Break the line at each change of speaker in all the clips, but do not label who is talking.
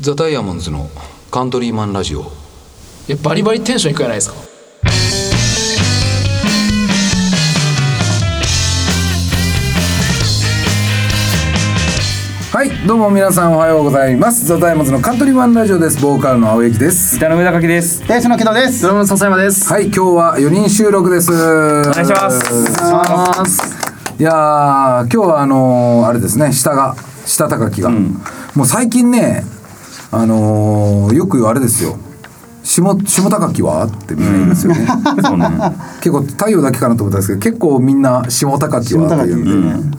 ザ・ダイヤモンズのカントリーマンラジオ
いやバリバリテンションいくじゃないですか
はいどうも皆さんおはようございますザ・ダイモンズのカントリーマンラジオですボーカルの青柳です
北の上隆です。
ベースの木戸です。
ドラムの笹山です
はい今日は4人収録ですお願
いします
いやー今日はあのーあれですね下が下高きが、もう最近ねあのーよくあれですよ下下高きはってみんな言うんですよね、
そうね。
結構太陽だけかなと思ったんですけど結構みんな下高きはっていうんで、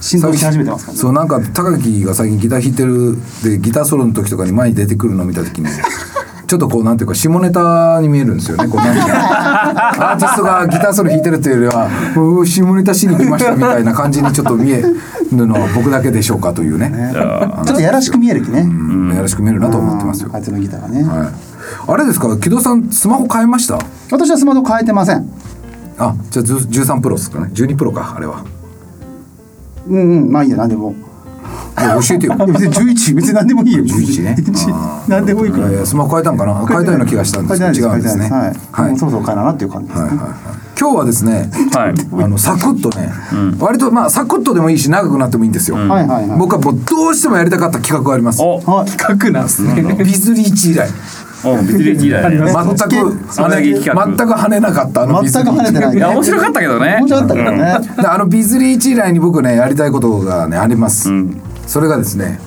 浸透し始めてますからね。
そうなんか高木が最近ギター弾いてるでギターソロの時とかに前に出てくるのを見た時に ちょっとこうなんていうか下ネタに見えるんですよねこうなんていうかアーティストがギターソロ弾いてるというよりは「うー下ネタしに来ました」みたいな感じにちょっと見えるのは僕だけでしょうかというね
ちょっとやらしく見えるきね。
うんよろしく見えるなと思ってますよ、
あいつのギターがね。
はい、あれですか木戸さんスマホ変えました
私はスマホ変えてません。
あじゃあじゅ13プロですかね12プロかあれは
うんうん、まあいいや、なんでも。
いや教えてよ
いや別に11、別になんでもいいよ。
11ね
なんでもいい
い
から。
やいやスマホ変えたんかな変えたような気がしたんです
変え
け
て
ど違
な
う
い
んですね
変えてないはい。もうそろそろ変えななっていう感じですね。
今日はですね、
はい。
あのサクッとね、割とまあサクッとでもいいし長くなってもいいんですよ、
はいはいはい。
僕はもうどうしてもやりたかった企画があります
お、
はい。
企画なんですね
ビズリーチ以来
お、ビズリーチ以 来ね。
全く
そっち系
跳
それだけ
ね
企画
全く跳ねなかったあのビ
全
ズ
く
リ
跳
ー
ね
チ
てない。
いや面白かったけどね
面白かったけどね。
であのビズリーチ以来に僕ねやりたいことがねあります、それがですね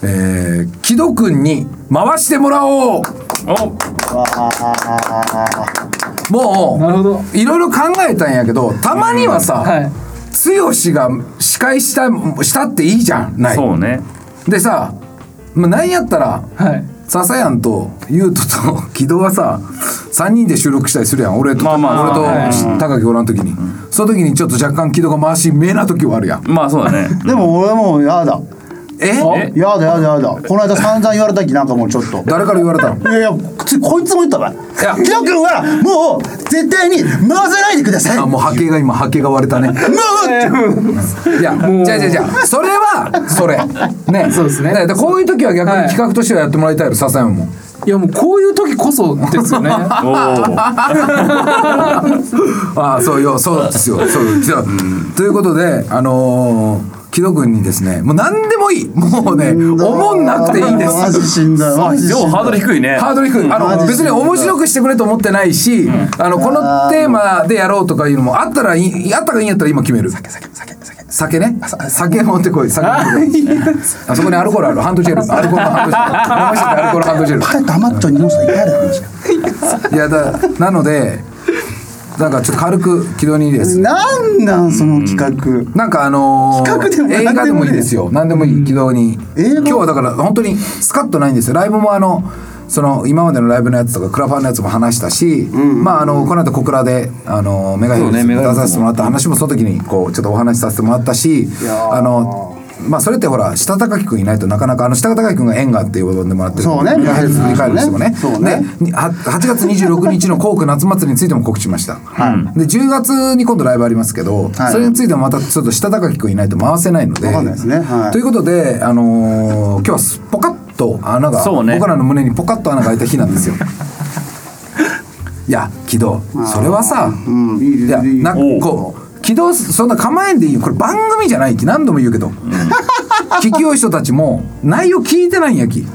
えー、木戸君に回してもらおう
お、
もう
なるほど
いろいろ考えたんやけどたまにはさ、
はい
剛が司会したしたっていいじゃんない
そうね。
でさ、まあ、何やったら
はい
笹やんと優斗と 木戸はさ3人で収録したりするやん俺と、
まあまあ
俺と、高木おらん時に、その時にちょっと若干木戸が回し目な時はあるやん
まあそうだね。
でも俺もうやだ。
え
え
やだやだやだ。この間散々言われたきなんかもうちょっと。
誰から言われたの
いやいや、つこいつも言ったわ。
や
木戸君はもう絶対に回さないでください。
あ
もう
もう波形が今波形が割れたね
って
い やじゃあじゃあじゃあそれはそれね
そうですね
だこういう時は逆
は
に
い
企画としてはやってもらいたいよ笹やんも
いやもうこういう時こそですよね
お ー
ああそうよそうですよそうじゃあということであのー、木戸君にですねもう何でもいいもうね思んなくていいんです
マジ死んだ。マジ死ん
で
だ
もハードル低いね。
ハードル低い。あ
マジ
の
で
別に面白くしてくれと思ってないし、あのこのテーマでやろうとかいうのもあったらいい、あったらいいんやったら今決める。酒酒酒酒酒ね。酒持ってこい。酒持ってこい。あそこにアルコールある。ハンドジェ ル。アルコールのハンドジェル。飲ませてアルコールハンドジェル。
彼黙っちゃう日本人いっぱいあるよ話が
いやだなので、なんかちょっと軽く軌道にいいです。
なんなんその企画
なんかあのー
企画でも
映画でもいい
何でもね
ですよ。何でもいい軌道に。
映画
今日はだから本当にスカッとないんですよ。ライブもあのその今までのライブのやつとかクラファンのやつも話したし、まああのこの後小倉であのメガヘルツ
そうね
出
メガヘルツも
させてもらった話もその時にこうちょっとお話しさせてもらったし、あの。まあそれってほら下高木君いないとなかなかあの下高木君が縁があって呼んでもらってる
そうね
メガヘルツ振り返るにしてもね
そうね
でには8月26日の校区夏祭りについても告知しました、で10月に今度ライブありますけど、
はい
それについてもまたちょっと下高木君いないと回せないので
わかんないですねはい
ということで、あのー今日はすポカッと穴が、
そうね
僕らの胸にポカッと穴が開いた日なん ですよ。いや木戸それはさ、
んいい
や
いい
なんかこう木戸そんな構えんでいいよこれ番組じゃないき何度も言う けど、聞きよい人たちも内容聞いてないんやき。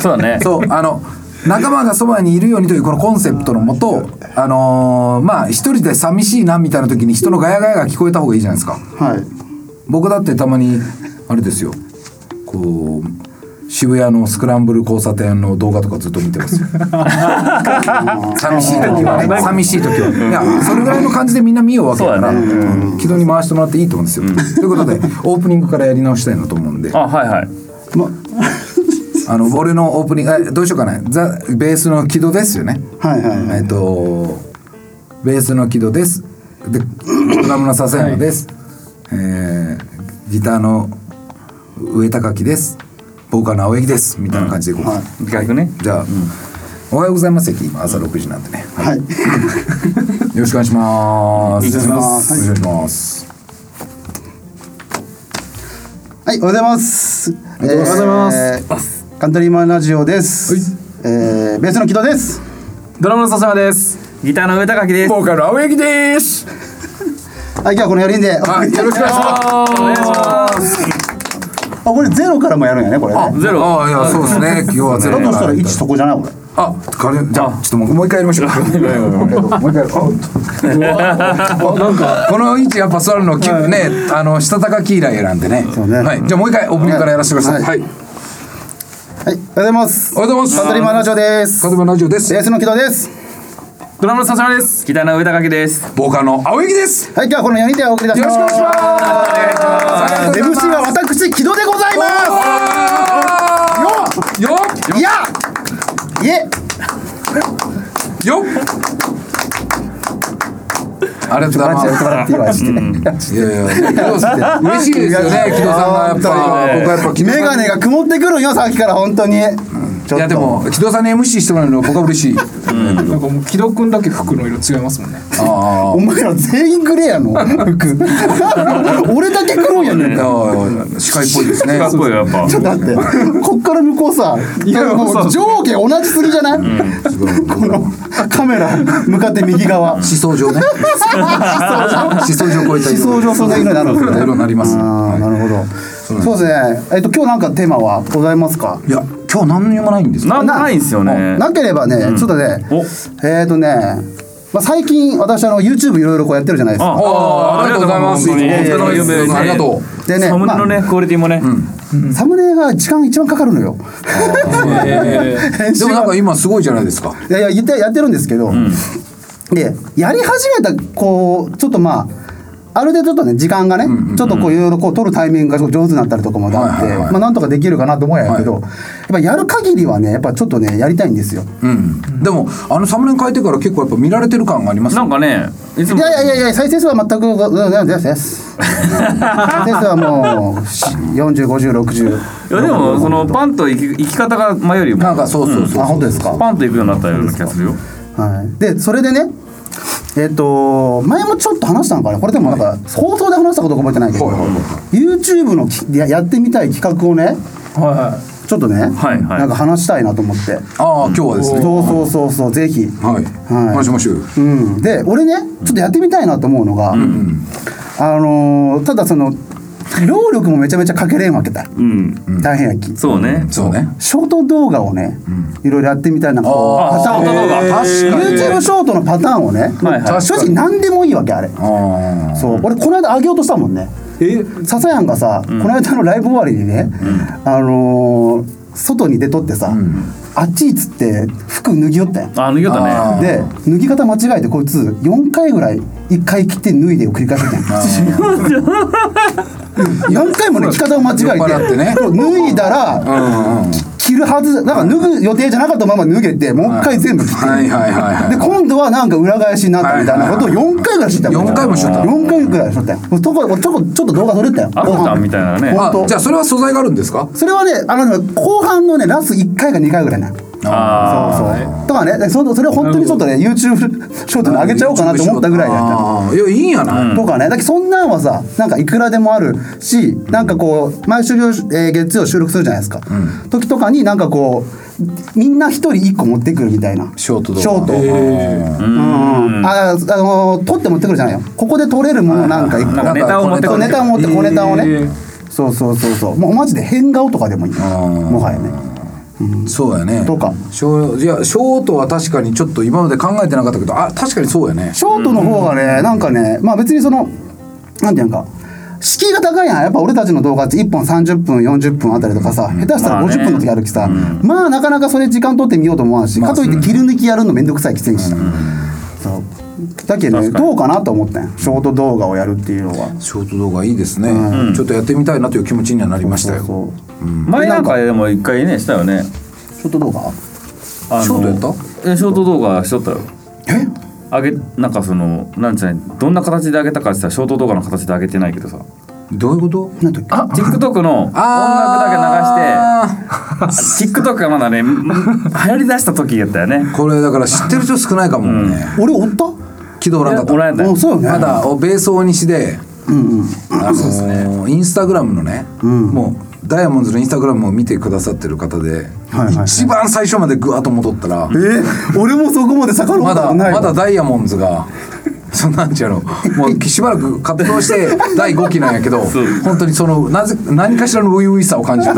そうだね。
そうあの仲間がそばにいるようにというこのコンセプトのもとあのーまあ一人で寂しいなみたいな時に人のガヤガヤが聞こえた方がいいじゃないですか
はい
僕だってたまにあれですよこう渋谷のスクランブル交差点の動画とかずっと見て ますよ寂しい時はね寂しい時はいやそれぐらいの感じでみんな見ようわけだから
そう
軌道に回してもらっていいと思うんですよ、ということでオープニングからやり直したいなと思うんで
あ、はいはい。
ま
あの俺のオープニングえどうしようかねザベースの木戸ですよね
はいはいはい
えっとベースの木戸ですでドラムの笹山です、えーギターの上高木ですボーカルの青柳ですみたいな感じでこう、
はい
逆ね。
じゃあ、おはようございます駅今朝6時なんでね、
はい
よろしくお願いします
お願いします
お願いします
はいおはようございますおはようございますカントリーマンラジオです、えー、ベースの木戸です
ドラムの笹山です。
ギターの上高木です。
ボーカル青柳です。
はい今日はこの4人であ
はい、よろしくお願いします。
お願いします。
これゼロからもやるんやねこれね
ゼロ
ああ、いや、そうですね。今日はゼ
だ
ロ
と
か
したら
ら。
1そこじゃないこれ
あ、かれ、じゃあ、ちょっともう、もう一回やりま しょう。もう一回やろう。
なんか
この位置やっぱ座るの、きゅね、あの、したたかき以来選んでね。
うね
はい、じゃあ、もう一回オープニングからやらせてください。はい、
はいおはようございます
おはようございます
カントリーマンラジオです
カズマラジオです
ベ。ースの木戸です
ドラムの笹山です。
ギターの上高木です。
ボーカルの青柳です。よ
はい今日はこの4人でお送りいたし
ろし
ます
くお願いします。ありがとうござ
MC
い
は私木戸でございま
ますよっ
すいやいえ
よっありがとうござい
マ
ま
ジやってもらっていいわして
す。いやいや、嬉しいですよね、木戸さんがやっぱ、僕はやっぱ木戸さん
メガネが曇ってくるんよさっきから本当にちょっと
いやでも木戸さんに MC してもらえるの僕は嬉しい。
なんかもう木戸くんだけ服の色違いますもんね。
ああ。
お前ら全員グレーやの服 俺だけ黒やねん
い
ち
や
ょ
司会っぽいですね。
かっこいいよ、やっぱ。
っと待ってこっから向こうさいやもう上下同じすぎじゃない、このカメラ向かって右側思
思想上ね。思想上超えた
想上そんな色になるんですよね
色になります。
ああなるほどそうですねえっと今日なんかテーマはございますか
いや今日何にもないんですよ。
なんかないんすよね。
なければね、ちょっとね
お
えっ、とね、まあ、最近私あの YouTube いろいろこうやってるじゃないですか
ああありがとうございます。
ありがとうござい
い
ます
つもお疲れ様ですありがとう。
でね
サムネのね、クオリティもね。
サムネが時間一番かかるのよ。編
で
集
もなん
が
か今すごいじゃないですか。
いやいや言ってやってるんですけど、でやり始めたこうちょっとまあある程度ちょっとね時間がね、ちょっとこういろいろこう取るタイミングが上手になったりとかもあって、
はいはいはい
まあなんとかできるかなと思うんやけど、
は
やっぱやる限りはねやっぱちょっとねやりたいんですよ。
うん。でもあのサムネ変えてから結構やっぱ見られてる感があります
な。んかね、いつ
い
も。
やいやいやいや再生数は全くごうんうんですです。再生数はもう四十五十六十。
いやでも、その、パンと行き行き方が前より
な
も
ん、かそうそうそう。
あ本当ですか。
パンと行くようになったような気がするよ。
はい、でそれでねえっ、と前もちょっと話したのかなこれでもなんか放送で話したことか覚えてないけど、
はいはいは
YouTube のきややってみたい企画をね
はいは
ちょっとね、
はいはい
なんか話したいなと思って
ああ今日はですね。
そうそうそうそうぜひ、
はい。話しましょうよ。
うん、で俺ねちょっとやってみたいなと思うのが、あのーただその労力もめちゃめちゃかけれんわけだ、
うん。
大変やき
そうね。
そうね。
ショート動画をね、いろいろやってみたいなこう
あー
パターンを
ショート動画
確かに
YouTube ショートのパターンをね、
はいはい
正直何でもいいわけあれ
あ
そう、俺この間あげようとしたもんね
い。え、
笹谷がさ、この間のライブ終わりにね、あのー外に出とってさ、あっちいっつって服脱ぎよったんや
あ、脱ぎよった
あ
ね。
ー
で脱ぎ方間違えてこいつ4回ぐらい1回切って脱いでを繰り返してたんや 何回もね着方を間違
酔っ払
え
って
て
ね
そう脱いだ
あ。う
ら
んうん。
着るはずなんか脱ぐ予定じゃなかったまま脱げてもう一回全部切って
はいはいはいはい。
で今度はなんか裏返しになったみたいなことを4回ぐらいしてたもん
四回もしとった
4回ぐらいしとったよちょこちょこちょっと動画撮れたよ
アフターみたいなね。
本
あ
当
じゃあそれは素材があるんですか
それはねあのね後半のねラス1回か2回ぐらいな
あ
そうそうとかねそそれ本当にちょっとね YouTube ショートに上げちゃおうかなって思ったぐらいやった
あーいやいいんやな、
とかねだけどそんなんはさなんかいくらでもあるしなんかこう毎週、えー月曜収録するじゃないですか、時とかになんかこうみんな一人一個持ってくるみたいな
ショート動画
ショートうんああの取って持ってくるじゃないよここで取れるものなんかいく
なんかネタを持ってく
そう
る
ネタを持って小ネタをね、
えー
そうそうそうそうもうマジで変顔とかでもいいもはやね
そうやね
とか
ショーいやショートは確かにちょっと今まで考えてなかったけどあ確かにそうやね
ショートの方がね、なんかねまあ別にそのなんていうんか敷居が高いやんやっぱ俺たちの動画って1本30分40分あたりとかさ、下手したら
まあね
50分の時あるきさ、まあなかなかそれ時間取ってみようと思わんし、かといって切り抜きやるのめんどくさいきついしさ、そうだけどねどうかなと思ったんやショート動画をやるっていうのは。
ショート動画いいですね、ちょっとやってみたいなという気持ちにはなりましたよ
そう
ー前なんかでも一回ね、したよね。
ショート動画
あの
ショートやっ
えショート動画しとったよ。
え
あげなんかそのなんじゃないどんな形であげたかってさショート動画の形であげてないけどさ
どういうこと
なんだっけ
TikTok の音楽だ
あー
け流して TikTok がまだね 流行りだした時やったよね
これだから知ってる人少ないかもね、
俺追った
喜怒おらんかった
おらんや
お
った
そうよね
まだおベース大西で、あのーインスタグラムのね、もうダイヤモンズのインスタグラムを見てくださってる方で、
はいはいはい
一番最初までぐわっと戻ったら、
え俺もそこまで遡るこ
ま
と
だ
がない
まだダイヤモンズが。 そんなんちゃうのもうしばらく活動して第5期なんやけど本当にそのなぜ何かしらの初々しさを 感じた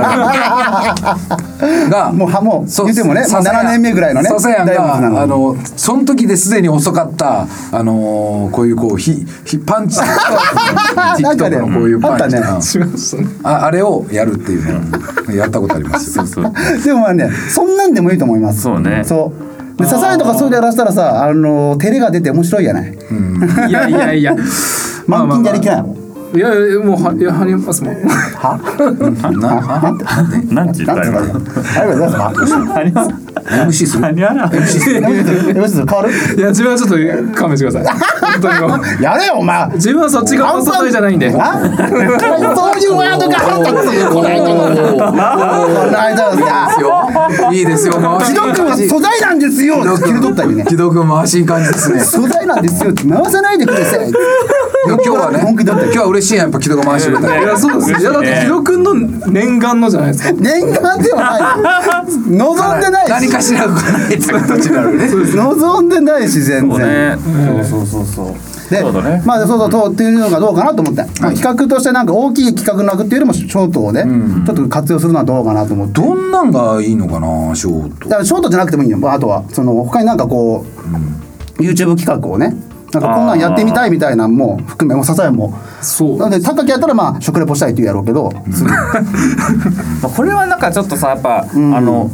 が
もうはもう
そう
言ってもね
笹
もう
谷
7年目ぐらいのね
笹谷
ダイヤモンズな
があ
の
のその時ですでに遅かったあのーこういうこうひひパ ンチ TikTok のこういうパンチと
あ
か
っ
しましたね
ああれをやるっていうのをやったことあり ますよ。
そう
でもまあねそんなんでもいいと思います
そうね
そうで支えとかそういうのやらせたらさあの照れが出て面白いやない
いやいやいや
満金でやりき
い
らんやろ
いやいやもうはやはりますもん
な
なんて言
な
っ
ん
た
て言った
今
らいいのあれどうすか
何を
MC する
何やら
よし変わる
いや自分はちょっと勘弁してください本当にもう
やれよお前
自分はそっち側の誘いじゃないんで
あそういうワードが入ったことよこの間のこの間のさ
い いですよ。回し
ひどくは素材なんですよって切り取ったりね
木戸君回しい感じですね。
素材なんですよって回さないでください
いや今日はね、
本気だ
今
ったよ
日は嬉しいやんやっぱ木戸が回してくれた。
いやそうですいやだってヒロ君の念願のじゃないですか
念願ではない望んでない
何
し
かしらがないって形になるね。
望んでないし全
そう
然
ねそうそうそうそう
で
そうだね
まあそうそうそうっていうのがどうかなと思って、企画としてなんか大きい企画の枠っていうよりもショートをね、ちょっと活用するのはどうかなと思っ て
どんなんがいいのかな、ショート。
だからショートじゃなくてもいいよまああとはその他になんかこう、YouTube 企画をねなんかこんなんやってみたいみたいなんも含めもう支えも
そう
なので高木やったらまあ食レポしたいって言うやろうけど、
まあ、これはなんかちょっとさやっぱ、あの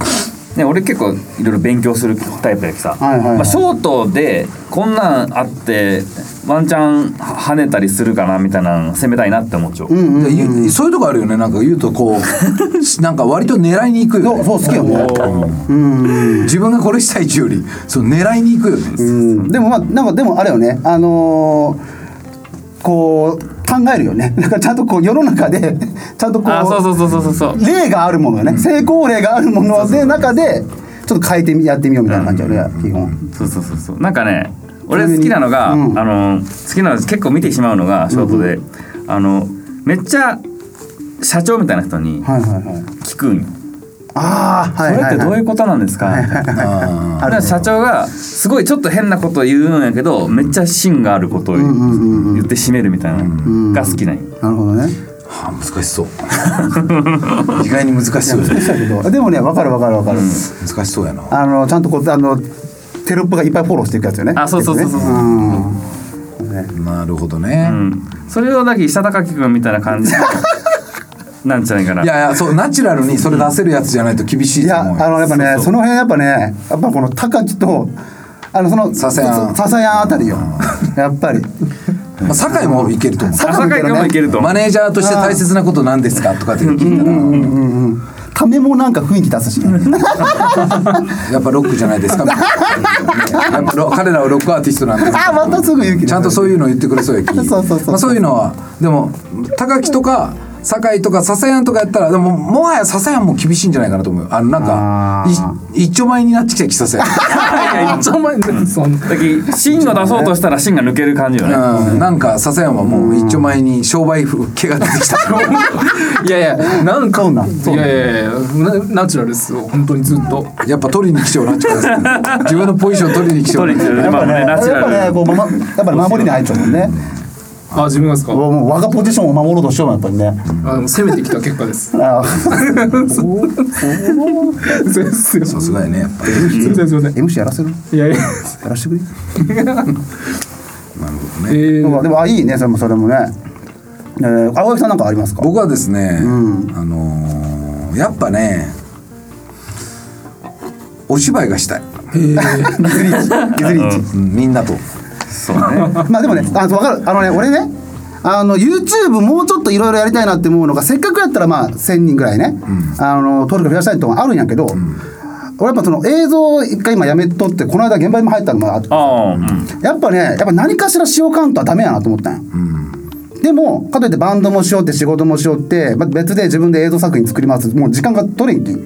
ね俺結構いろいろ勉強するタイプやけさ、
はいはいはい
まあ、ショートでこんなんあってワンチャン跳ねたりするかなみたいなの攻めたいなって思っちゃう、
うんうん
でゆそういうとこあるよね。なんか言うとこ う、なんか割と狙いに行くよね。
そうそう好きよね
うん自分がこれしたいっていうより、そう狙いに行くよね。
うんでもまあなんかでもあれよねあのーこう考えるよね なんかちゃんとこう世の中で ちゃんとこ
あそう
う
そうそうそうそうそう
例があるものよね、成功例があるもので中でちょっと変えてみやってみようみたいな感じよね、基本
そうそうそうそうなんかね俺好きなのが、
うん
あの好きなの結構見てしまうのがショートで、あのめっちゃ社長みたいな人に
はいはいはい
聞くんよ、
ああはいはい、はい、
これってどういうことなんですか、
あ
だから社長がすごいちょっと変なこと言うんやけどめっちゃ芯があることを言って締めるみたいなのが好きなんよ
なるほどね
ーはあ難しそう。意外に難しそう。
だけどでもねわかるわかるわかる、
難しそうやな。
あのちゃんとこうあのテロップがいっぱいフォローしていくやつよね
あそうそうそうそう
結構ねうんね
なるほどね。
うんそれをだけ石高木君みたいな感じ なんじゃないかない
やいや、そう、ナチュラルにそれ出せるやつじゃないと厳し
い
いと
やあ
思うよ。
のやっぱねその辺やっぱねやっぱこの高木とあのその
笹谷
ささやあたりよやっぱり
まあ、酒井もいけると思う。
あ
高
高
木君
木君
も
も
い
い
け
けると思
マ
う
ネージャーとして大切なことなんですかとかって聞いたら、
ためもなんか雰囲気出すしね
やっぱロックじゃない ですかみたいな。やっぱロ彼らはロックアーティストなんで。
あまたすぐ勇気
ちゃんとそういうの言ってくれそうやき。
そうそうそう
まあ、そういうのは、でも、高木とか、酒井とか笹谷とかやったらでももはや笹谷も厳しいんじゃないかなと思うよあのなんかい一丁前になってきたき笹谷、
一丁前にそんな
だけ芯を出そうとしたら芯が抜ける感じよね
うん、なんか笹谷はもう一丁前に商売風気が出てきた
いやいやなんか
そうなん
いやいやいやなナチュラルですよ本当にずっと
やっぱ取りに来ちゃうなって感じ自分のポジション取りに来ちゃう
取りに来てる
やっ
ま
ぱ
あ
ね
ね
や
ナ
っ
チュ
ぱ
ラ
ね
ル
こう、まま、やっぱり守りに入っちゃうもんね
あ自分がですか
もう我がポジションを守ろうとしてもやっぱりね
あの攻めてきた結果です
あ
全然すいません
さすがやねやっぱり
全然すいません
MC やらせる
いやいや
やらしてくれ
え
そ
ー
うかでもあいいねそれもそれもねえー青木さんなんかありますか
僕はですね、
う
あのーやっぱねお芝居がしたい、
削り 一削り一
うんみんなと
そうね
まあでもね、あ、わかる、あのね、俺ね。あの YouTube もうちょっといろいろやりたいなって思うのがせっかくやったらまあ1,000人ぐらいね、あの登録増やしたいとかあるんやけど、俺やっぱその映像を一回今やめとってこの間現場にも入ったのもあって
ああ、うん、
やっぱねやっぱ何かしらしようかんとはダメやなと思ったんや、でもかといってバンドもしようって仕事もしようって、まあ、別で自分で映像作品作りますもう時間が取れんっていう、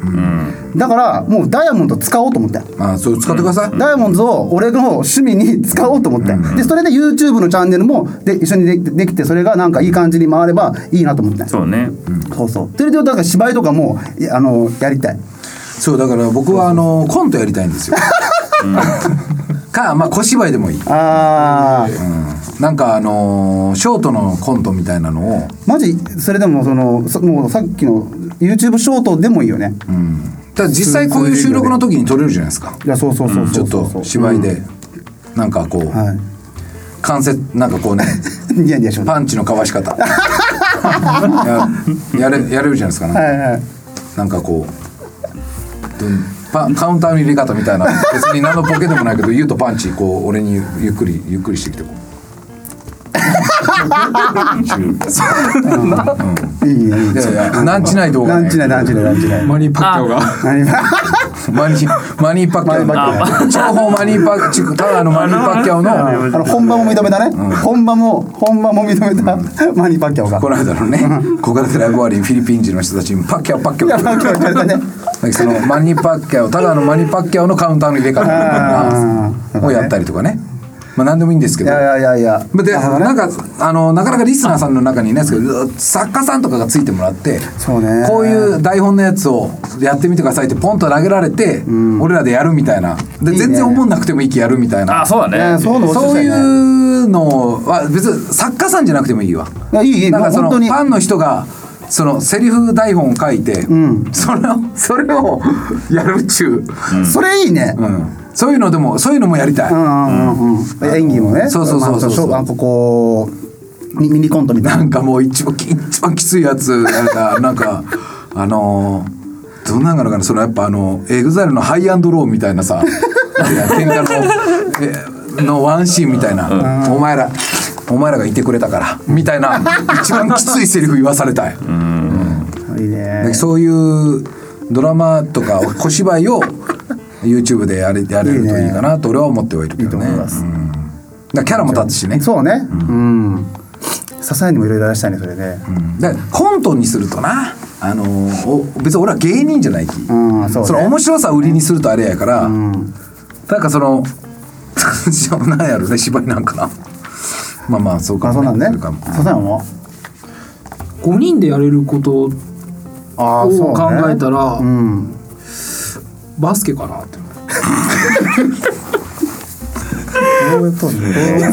だからもうダイヤモンド使おうと思って
あそう使ってください、
ダイヤモンドを俺の趣味に使おうと思って、でそれで YouTube のチャンネルもで一緒にできできてそれがなんかいい感じに回ればいいなと思って
そうね。
そうそうそれでだから芝居とかもいあのやりたい
そうだから僕はあのコントやりたいんですよ、かまあ小芝居でもいい、うん
ああ、
なんかあのーショートのコントみたいなのを
マジそれでもそのそもうさっきの YouTube ショートでもいいよね、
ただ実際こういう収録の時に撮れるじゃないですか
いやそうそうそう
ちょ
そう
っ
そうそう
と芝居でなんかこう、
は
関節なんかこうね
いニヤニヤしよう
パンチのかわし方 ややれやれるじゃないですかなんか
はいはい
なんかこうどんパカウンターの入れ方みたいな別に何のボケでもないけど言うとパンチこう俺にゆっくりゆっくりしてきてこ
いいねいいう
い
ね
やいやなんちない動画
ランチないランチないランチない
マニーパッキャオが
何
マニマニーパッキャオ
マニーパッ
の情報マニーパッキャオただのマニーパッキャオの
あの本場も認めたね、本場も本場も認めた、マニーパッキャオが
この間のね小柄でライブ終わりにフィリピン人の人たちにパッキャオパッキャオ
い
って
やパッキャオ言われたね
そのマニーパッキャオただのマニーパッキャオのカウンターの入れ
あ
方
ー
をやったりとかねまあ何でもいいんですけ
い
ど
やいやいやいや
で、
あのね
なんかあのなかなかリスナーさんの中にいないですけど作家さんとかがついてもらって
そうね
こういう台本のやつをやってみてくださいってポンと投げられて、俺らでやるみたいなで
いいね
全然思んなくても息やるみたいな
あ、そう
いや
だね。
そういうの欲し
そう
い
い
よね
うのは別に作家さんじゃなくてもいいわ。
いやいいいい
な
も
ん
う
かその
本当に
ファンの人がそのセリフ台本を書いて、
ん
それをそれをやるっちゅ
それいいね
う、うんそういうのでもそういうのもやりたい。
うんうんうんうん演技もね
そうそうそうそうそう
まあここミミニコントみたい
な
なん
かもう一番き一番きついやつなんかなんかあのーどんなんなのかなそのやっぱあのエグザイルのハイアンドローみたいなさいや喧嘩のえのワンシーンみたいな、お前らお前らがいてくれたからみたいな一番きついセリフ言わされたい、
いいね
そういうドラマとか小芝居を YouTube でやれやれるといいかなと俺は思ってはいるけどね。うんだからキャラも立つしね。
そうねうん支えにもいろいろやらしたいねそれで
だからコントにするとなあのーお別に俺は芸人じゃないき、
うんそうね
の面白さを売りにするとあれやから、なんかその なんやろね芝居なんかなまあまあそうか
まあ
も
そうなん
そう
ね
かも
支えも
5人でやれることを
ああそう
考えた
ら
ら、
うん
バスケかなって
どういうことどうい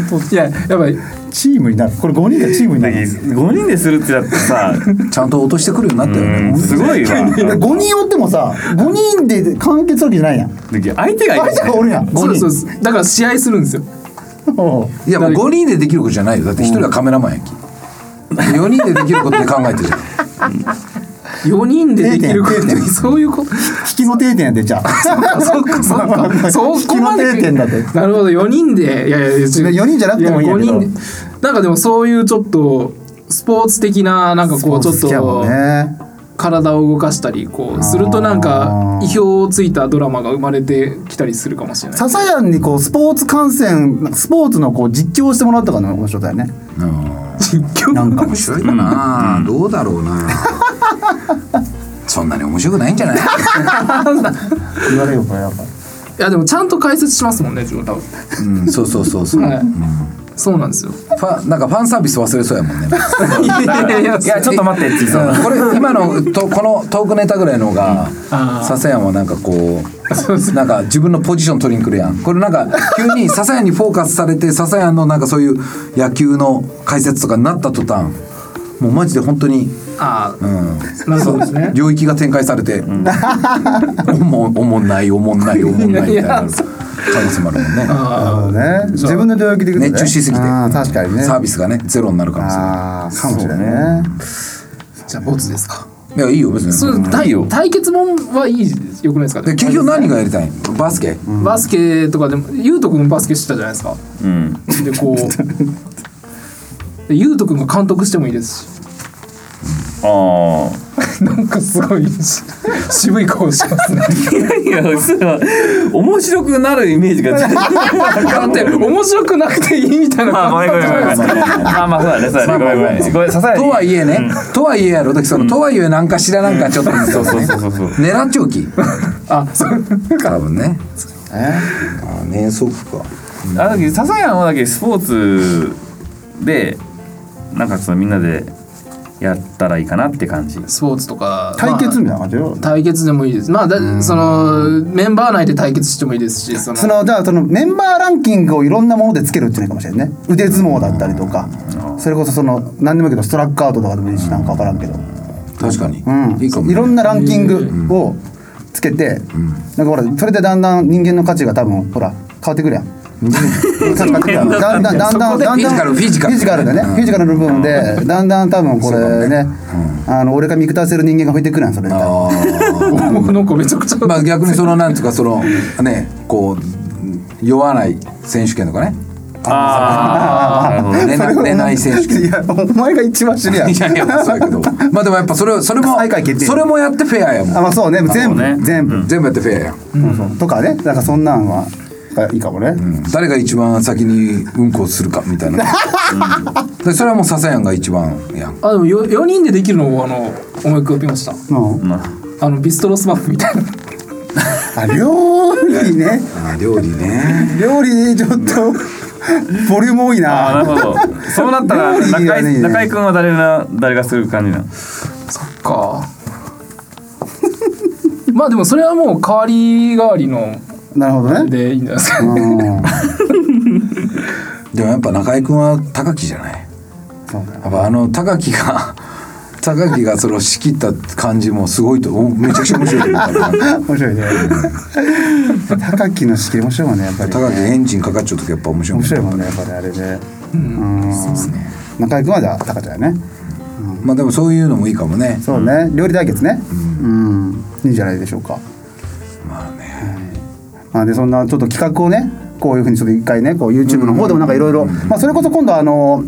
うこと
いややっぱり
チームになるこれ5人でチームになる
五人でするってだってさ、
ちゃんと落としてくるようになったよね、
すごいわ。
5人おってもさ5人で完結するわけじゃないやん
相手がい
あ
る
れ
し
じゃ
ね。
おるやん
そう
5
です
人
そうですだから試合するんですよ
おう
いやもう5人でできることじゃないよだって1人はカメラマンやき、4人でできることで考えてるじゃん
4人でできること
定点
そ ういうこと
引きの定点やでじゃあ
そうかそう かそこまで
引きの定点だって
なるほど4人でいやいや
四人じゃなくてもいいんやけど
や五人でなんかでもそういうちょっとスポーツ的ななんかこうちょっ
好きやも
と
んね
体を動かしたりこうするとなんか意表をついたドラマが生まれてきたりするかもしれ ない
ササヤンにこうスポーツ観戦なんかスポーツのこう実況をしてもらったかな面白だよね
実況
なんか面白いかな、どうだろうなそんなに面白くないんじゃない
言われよこれやっぱ
いやでもちゃんと解説しますもんね自分多分
うんそうそうそうそう、
はいそうなんですよ
ファンなんかファンサービス忘れそうやもんね
いやいやいや
いやちょっと待ってって言いそうな。
これ今のとこのトークネタぐらいのが笹谷はなんかこうなんか自分のポジション取りに来るやんこれなんか急に笹谷にフォーカスされて笹谷のなんかそういう野球の解説とかになった途端もうマジで本当に、
あ
う
あ
ん、
なるほどですね
領域が展開されて、おもおもんないおもんないおもんないみたいな可能性もあるもんね
なるほどね自分の領域でいくとね
熱中しすぎて
あー確かにね
サービスがねゼロになる可能性もあ
あーかもしれないね
じゃあボツですか
るいやいいよ別に
そう対対決もんはいいよくないですか
で結局何がやりたいバスケ
バスケとかでもゆうとくんバスケしてたじゃないですか
うん。
でこうでゆうとくんが監督してもいいですし
ああ
なんかすごいし渋い顔しますね。
いや、そう面白くなるイメージが 全然。
だって面白くなくていいみたいな
あ、ごめんごめんごめんごめん。あ、まあそうだね、そうだね。ごめんごめん。ごめん、ささやに。
とはいえね、とはいえやろだけどその、とはいえなんかしらなんかちょっと、
そうそうそうそうそう。
狙っちゃうき
あ、そう。
多分ねあねそっか
あ、だけど、ささやんはだけどスポーツで、なんかそのみんなでやったらいいかなって感じ。
スポーツとか
対決みたい
ま
な感じよ
あ、対決でもいいです。まあだそのメンバー内で対決してもいいですし、その
そのじゃあそのメンバーランキングをいろんなものでつけるっていうのかもしれないね腕相撲だったりとかそれこそその何でもいいけどストラックアウトとかでもいいしなんか分からんけど、
確かに、
うん、
いいかも、
いろんなランキングをつけて、なんかほらそれでだんだん人間の価値が多分ほら変わってくるやん。 だんだんだんだんだんだんだんだんだん
フィジカル
フィジカルでね、フィジカルの部分でだんだん多分これね、あの俺が見下せる人間が増えてくるやんそれみたいな
あー
なんかめちゃくちゃ、
まあ逆にそのなんつうかそのねこう酔わない選手権とかね
ああ、なるほど。
寝な寝ない選手権
いやお前が一番知るやん
いやいやそうやけどまあでもやっぱそれそれも
最下位決定
それもやってフェアやも
あ
ん
まあそうね全部
なるほどね
全部
全部やってフェアやん、
とかねなんかそんなんはあいいかもね、
誰が一番先にうんこをするかみたいな、でそれはもう笹やんが一番やん
あでもよ四人でできるのをあの思い浮かびました。
うん
まあ
あのビストロスマップみたいな。
あ料理ね
あー料理ね
料理ちょっとボリューム多い
あな
な
るほど。そうなった ら、
料理い
中
らねえ
井、
ね
中井君は誰な、誰がする感じなの。
そっか。 まあでもそれはもう代わり代わりの
なるほどね
でいいんじゃないですか。
うん
でもやっぱ中居君は高木じゃない
そうだよ
やっぱあの高木が 高木がその仕切った感じもすごいとおめちゃくちゃ面白いと思うから
面白いね高木の仕切り面白いもんねやっぱりね、
高木エンジンかかっちゃう時やっぱ面白い
面白い
もん
もんねやっぱりあれでうんそうですね中居君はじゃあ高ちゃんやね
まあでもそういうのもいいかもね
そうね、料理対決ねうん、いいんじゃないでしょうか
まあね
まあ、でそんなちょっと企画をねこういうふうにちょっと一回ねこう YouTube の方でもなんかいろいろまあそれこそ今度あの、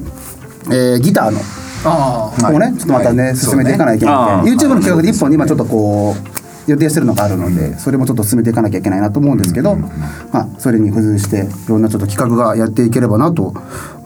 えーギターの
ああ。
こう
は
ね、
い
ちょっとまたね、
はい
進めていかなきゃいけ
そう
ない、
ね
YouTube の企画で一本今ちょっとこう予定してるのがあるので、それもちょっと進めていかなきゃいけないなと思うんですけど、まあそれに付随していろんなちょっと企画がやっていければなと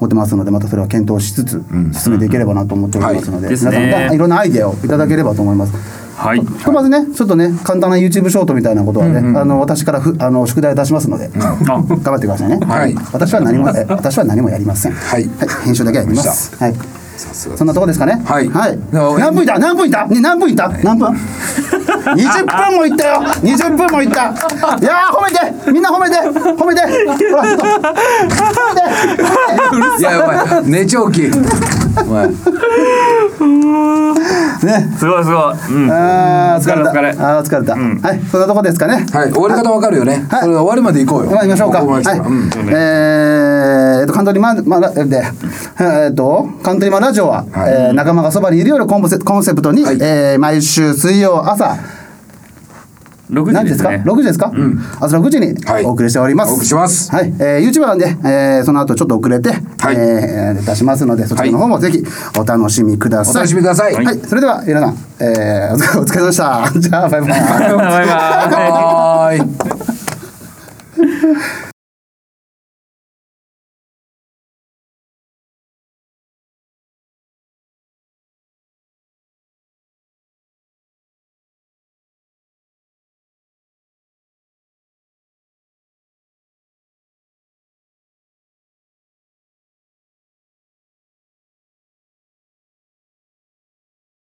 思ってますのでまたそれは検討しつつ進めていければなと思っておりますので、
はいです
皆
ね
さんがいろんなアイデアをいただければと思います。
はい。
ひとまずねちょっとね簡単な YouTube ショートみたいなことはね、あの私からふあの宿題を出しますので、
あ
頑張ってくださいね、
はい
私は何もえ私は何もやりませんはい編集だけやりますはいそんなとこですかね
はい
はい、
では
何分いた何分いた、ね、何分いた何分20分もいったよ20分もいったいやー褒めてみんな褒めて褒めてほらちょっと褒めて
いややばい寝ちゃうきお前
ね
すごいすごい。うん。
あー疲れた
お疲れお疲れ
あー疲れた、はいそんなとこですかね
はい終わり方わかるよね、
はい
それ終わりまで行こうよ
まあ、行きましょうか。
ここま
はい
で来たらうん。
えーえっと、カントリーマン、まあ、えで、えーっと、カントリーマンラジオは、
はい
えー仲間がそばにいるよりコンセコンセプトに、
はい
えー毎週水曜朝、
六時
何時で
で
すすか
ね。
6時ですか、朝6時に
はい
お送りしております。
お送りします
はい。えー、YouTube なんで、えーその後ちょっと遅れて、
はい
えー出しますので、そちらの方もぜひお楽しみください。
お楽しみください
はい。それでは、皆さん、えーお疲れお疲れ様 で した。じゃあ、バイバイ。
バイバイ。
はーい